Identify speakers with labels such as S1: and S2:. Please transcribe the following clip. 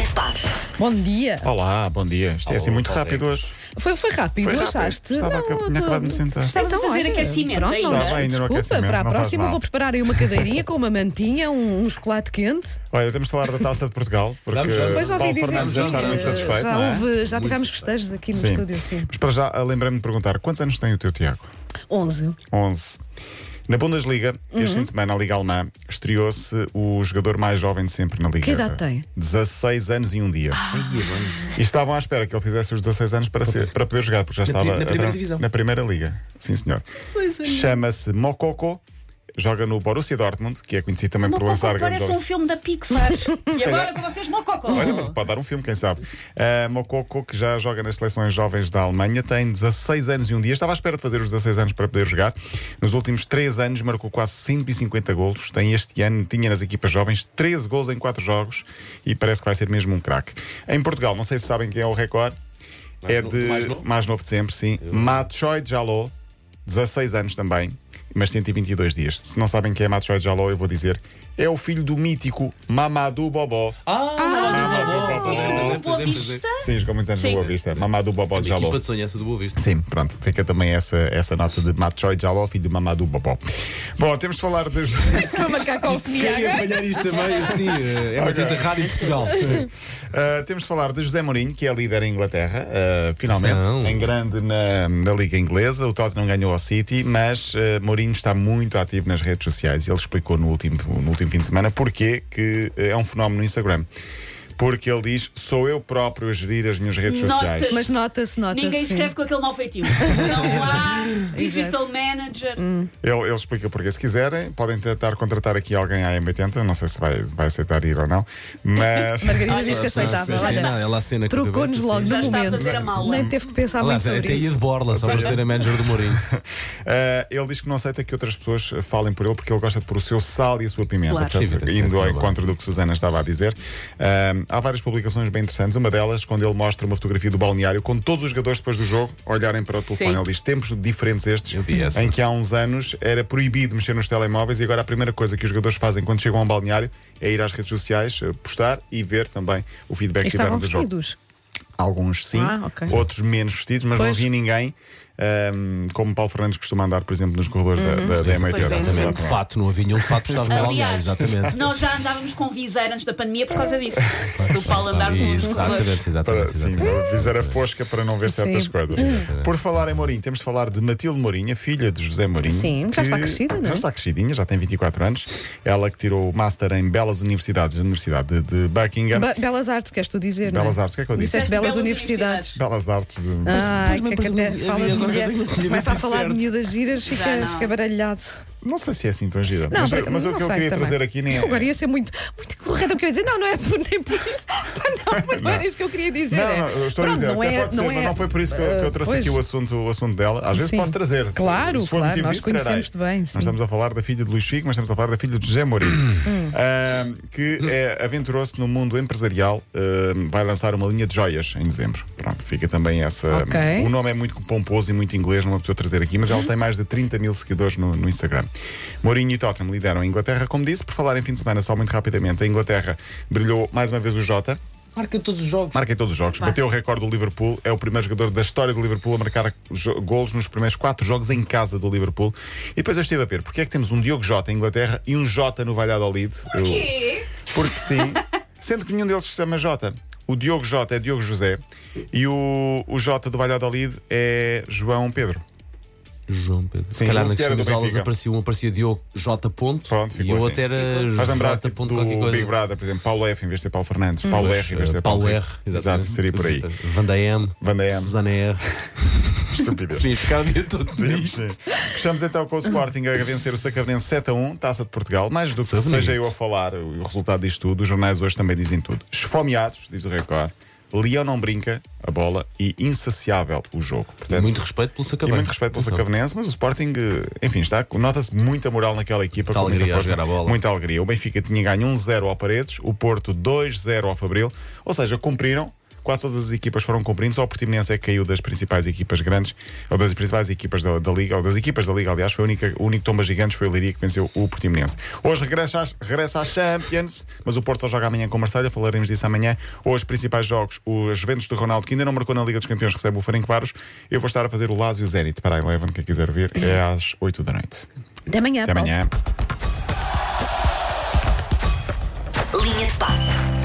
S1: espaço.
S2: Bom dia.
S3: Olá, bom dia. Isto é assim muito
S4: Olá,
S3: rápido hoje.
S2: Foi, foi rápido,
S3: Foi rápido.
S2: achaste?
S3: Estava a
S2: Não,
S3: acab- tinha
S2: não,
S3: acabado de me sentar.
S2: Estavas
S1: Então,
S2: a fazer
S1: olha,
S2: aquecimento é
S1: pronto,
S2: ainda.
S1: não
S3: Estava ainda no
S2: Desculpa,
S3: aquecimento,
S2: para a
S3: não faz
S2: próxima
S3: mal.
S2: vou preparar aí uma cadeirinha com uma mantinha, um, um chocolate quente.
S3: Olha, temos de falar da taça de Portugal, porque
S4: Vamos, vamos.
S2: Depois
S3: Paulo
S2: ouvi dizer
S3: Fernandes
S2: que
S3: deve estar muito
S2: eh,
S3: satisfeito.
S2: já,
S3: não é?
S2: houve- já
S4: Muito
S2: tivemos
S4: satisfeito.
S2: festejos aqui no
S3: Sim.
S2: estúdio, sim.
S3: Mas para já, ah, lembrei-me de perguntar: quantos anos tem o teu Tiago?
S2: 11.
S3: 11. Na Bundesliga, este
S2: Uhum.
S3: fim de semana, a Liga Alemã, estreou-se o jogador mais jovem de sempre na Liga.
S2: Que idade tem? Ah,
S3: 16 anos e um dia. E estavam à espera que ele fizesse os 16 anos para, ser- para poder jogar, porque já
S4: Na pri-
S3: estava
S4: na primeira
S3: atrás-
S4: divisão.
S3: na primeira Liga. Sim, senhor. Chama-se Mokoko, joga no Borussia Dortmund, que é conhecido também por
S1: Mococó
S3: lançar grandes
S1: parece
S3: jogos.
S1: um filme da Pixar. e agora
S3: calhar.
S1: com vocês, Mococó.
S3: Olha, mas pode dar um filme, quem sabe. Uh, Mokoko, que já joga nas seleções jovens da Alemanha, tem 16 anos e um dia. Estava à espera de fazer os 16 anos para poder jogar. Nos últimos 3 anos marcou quase 150 golos. Tem este ano, tinha nas equipas jovens, 13 golos em 4 jogos e parece que vai ser mesmo um craque. Em Portugal, não sei se sabem quem é o recorde.
S4: Mais
S3: é
S4: no-
S3: de
S4: mais novo?
S3: de sempre, sim. Matshoy Jaló, 16 anos também, mas 122 dias. Se não sabem quem é Matshoy Jaló, eu vou dizer. É o filho do mítico Mamadou Bobó.
S4: Ah, ah, pois é, pois é,
S1: Do Boa
S4: pois é, pois é.
S1: Vista.
S3: Sim, jogou muitos anos
S1: Sim. tipo,
S3: no Boa Vista. Mamadou Bobó de Jaló.
S4: Equipa de sonho essa do Boa Vista.
S3: Sim, pronto. Fica também essa, essa nota de Matshoy Jaló e de Mamadou Bobó. Bom, temos de falar dos.
S2: Para marcar
S1: é
S2: com o
S4: Querem apanhar isto também, assim,
S3: eh,
S4: é uma tenta rádio em Portugal.
S3: Uh, temos de falar de José Mourinho, que é líder em Inglaterra, uh, finalmente,
S4: Atenção.
S3: em grande na, na Liga Inglesa. O Tottenham ganhou ao City, mas uh, Mourinho está muito ativo nas redes sociais. Ele explicou no último, no último fim de semana porque que uh, é um fenómeno no Instagram. Porque ele diz: sou eu próprio a gerir as minhas redes
S1: Notas.
S3: sociais.
S2: Mas nota-se, nota-se.
S1: Ninguém
S2: sim.
S1: escreve com aquele mau feitio. Não há digital manager.
S3: Ele, ele explica porque, se quiserem, podem tentar contratar aqui alguém à M80. Não sei se vai, vai aceitar ir ou não, mas.
S2: Margarida diz que aceitava. Olha,
S4: Ela acena com a
S2: trocou-nos
S4: cabeça,
S2: logo
S4: assim.
S2: no
S1: Já está a
S2: momento.
S1: fazer a mala.
S2: Nem teve que pensar muito
S4: Aliás,
S2: sobre
S4: até ia
S2: isso.
S4: de borla só para ser a manager do Mourinho.
S3: Uh, ele diz que não aceita que outras pessoas uh, falem por ele porque ele gosta de pôr o seu sal e a sua pimenta.
S1: Claro.
S3: Portanto,
S4: Evidentemente,
S3: indo ao
S4: claro.
S3: encontro do que Susana estava a dizer, uh, há várias publicações bem interessantes. Uma delas, quando ele mostra uma fotografia do balneário, com todos os jogadores depois do jogo olharem para o telefone.
S1: Sim.
S3: Ele diz: tempos diferentes estes,
S4: Eu vi essa.
S3: em que há uns anos era proibido mexer nos telemóveis e agora a primeira coisa que os jogadores fazem quando chegam ao balneário é ir às redes sociais, uh, postar e ver também o feedback
S2: E
S3: que tiveram
S2: estavam
S3: do jogo.
S2: vestidos.
S3: Alguns sim,
S2: Ah, ok.
S3: outros menos vestidos, mas não
S2: Pois.
S3: vi ninguém ahm, como Paulo Fernandes costuma andar, por exemplo, nos corredores
S2: Uhum.
S3: da, da, da M80.
S1: Pois é,
S4: Exatamente, de fato, não havia nenhum de fato, estava no balneário,
S1: Aliás,
S4: exatamente.
S1: nós já andávamos com viseira antes da pandemia por causa disso. Do Paulo andar com os corredores.
S4: Exatamente,
S3: Para,
S4: exatamente.
S3: sim,
S4: exatamente.
S3: para dizer a fosca para não ver certas
S2: Sim.
S3: coisas. Por falar em Mourinho, temos de falar de Matilde Mourinho, a filha de José Mourinho.
S2: Sim, já
S3: que
S2: está crescida, não é?
S3: Já está crescidinha, já tem 24 anos. Ela que tirou o Master em Belas Universidades, da Universidade de, de Buckingham.
S2: Ba- Belas artes, queres tu dizer, não é?
S3: Belas Artes, o que é que eu disse?
S2: Disseste belas,
S1: Belas
S2: universidades.
S3: Belas Artes de.
S2: Ai,
S4: Pois,
S2: que, é que
S4: mas
S2: até
S4: eu- eu
S2: fala
S4: vi
S2: de
S4: agora
S2: mulher,
S4: que não tinha
S2: começa a
S4: metido
S2: falar de
S4: certo.
S2: miúdas giras, fica,
S1: não.
S2: fica baralhado.
S3: Não sei se é assim tão gira, mas,
S2: por-
S3: mas o
S2: não
S3: que eu
S2: sei
S3: queria
S2: também.
S3: trazer aqui nem é.
S2: Eu agora ia ser muito, muito correta, porque eu ia dizer, não, não é por, nem por isso. Pá, Não, mas não,
S3: Não.
S2: era isso que eu queria dizer.
S3: Não,
S2: é.
S3: não, eu estou a
S2: Pronto,
S3: dizer,
S2: não
S3: até
S2: é,
S3: pode
S2: não
S3: ser,
S2: é,
S3: mas não foi por isso que eu, que eu trouxe
S2: eh,
S3: aqui o
S2: pois.
S3: assunto, o assunto dela. Às vezes
S2: Sim.
S3: posso trazer. se-
S2: Claro,
S3: se for
S2: claro,
S3: motivo
S2: nós
S3: disso, trarei.
S2: conhecemos-te bem, sim.
S3: Nós estamos a falar da filha de Luís Figo, mas estamos a falar da filha de José Mourinho, ahm, que eh, aventurou-se no mundo empresarial, ahm, vai lançar uma linha de joias em dezembro. Pronto, fica também essa.
S2: Ok.
S3: O nome é muito pomposo e muito inglês, não estou a trazer aqui, mas ela tem mais de 30 mil seguidores no, no Instagram. Mourinho e Tottenham lideram a Inglaterra, como disse, por falar em fim de semana, só muito rapidamente, a Inglaterra brilhou mais uma vez o Jota.
S4: Marca todos os jogos.
S3: Marca em todos os jogos. Bateu o recorde do Liverpool. É o primeiro jogador da história do Liverpool a marcar jo- golos nos primeiros quatro jogos em casa do Liverpool. E depois eu estive a ver porque é que temos um Diogo Jota em Inglaterra e um Jota no Valladolid. Porquê? Porque sim. Sendo que nenhum deles se chama Jota. O Diogo Jota é Diogo José e o, o Jota do Valladolid é João Pedro.
S4: João Pedro.
S3: Sim,
S4: Se calhar
S3: o
S4: nas
S3: que era do
S4: segundas aulas
S3: Benfica.
S4: aparecia um, aparecia Diogo J. Ponto,
S3: Pronto, ficou
S4: e o
S3: assim.
S4: outro era
S3: Faz lembrar
S4: J.
S3: tipo,
S4: Ponto
S3: do
S4: qualquer coisa.
S3: Big Brother, por exemplo, Paulo F em vez de ser Paulo Fernandes, Paulo
S4: Pois,
S3: R em vez de
S4: eh,
S3: ser Paulo,
S4: Paulo R.
S3: Rico. Exato,
S4: exatamente.
S3: seria por aí.
S4: Van Damme.
S3: Van Damme.
S4: Susana R.
S3: Estupidez.
S4: Sim, ficava o dia todo nisto.
S3: Sim. Fechamos então com o Sporting a vencer o Sacavrense 7 a 1, Taça de Portugal. Mais do que
S4: Foi bonito.
S3: seja eu a falar, o resultado disto tudo, os jornais hoje também dizem tudo. Esfomeados, diz o Record. Leão não brinca a bola e insaciável o jogo. Portanto,
S4: Muito respeito pelo
S3: e
S4: Sacavém.
S3: muito respeito pelo
S4: Atenção.
S3: Sacavenense, mas o Sporting, eh, enfim, está. Nota-se muita moral naquela equipa.
S4: Muita
S3: com muita
S4: alegria a
S3: força,
S4: jogar a bola.
S3: Muita um alegria. O Benfica tinha ganho 1-0 ao Paredes, o Porto 2-0 ao Fabril, ou seja, cumpriram. quase todas as equipas foram cumprindo, só o Portimonense é que caiu das principais equipas grandes, ou das principais equipas da, da Liga, ou das equipas da Liga, aliás, foi a única, o único tomba gigante foi o Leiria que venceu o Portimonense. Hoje regressa, às- regressa à Champions, mas o Porto só joga amanhã com o Marselha falaremos disso amanhã. Hoje, principais jogos, o Juventus do Ronaldo, que ainda não marcou na Liga dos Campeões, recebe o Ferencváros. Eu vou estar a fazer o Lazio Zenit para a Eleven, quem quiser ver, é às 8 da noite.
S2: Até amanhã.
S3: Até
S2: Paulo.
S3: amanhã.
S5: Linha de passe.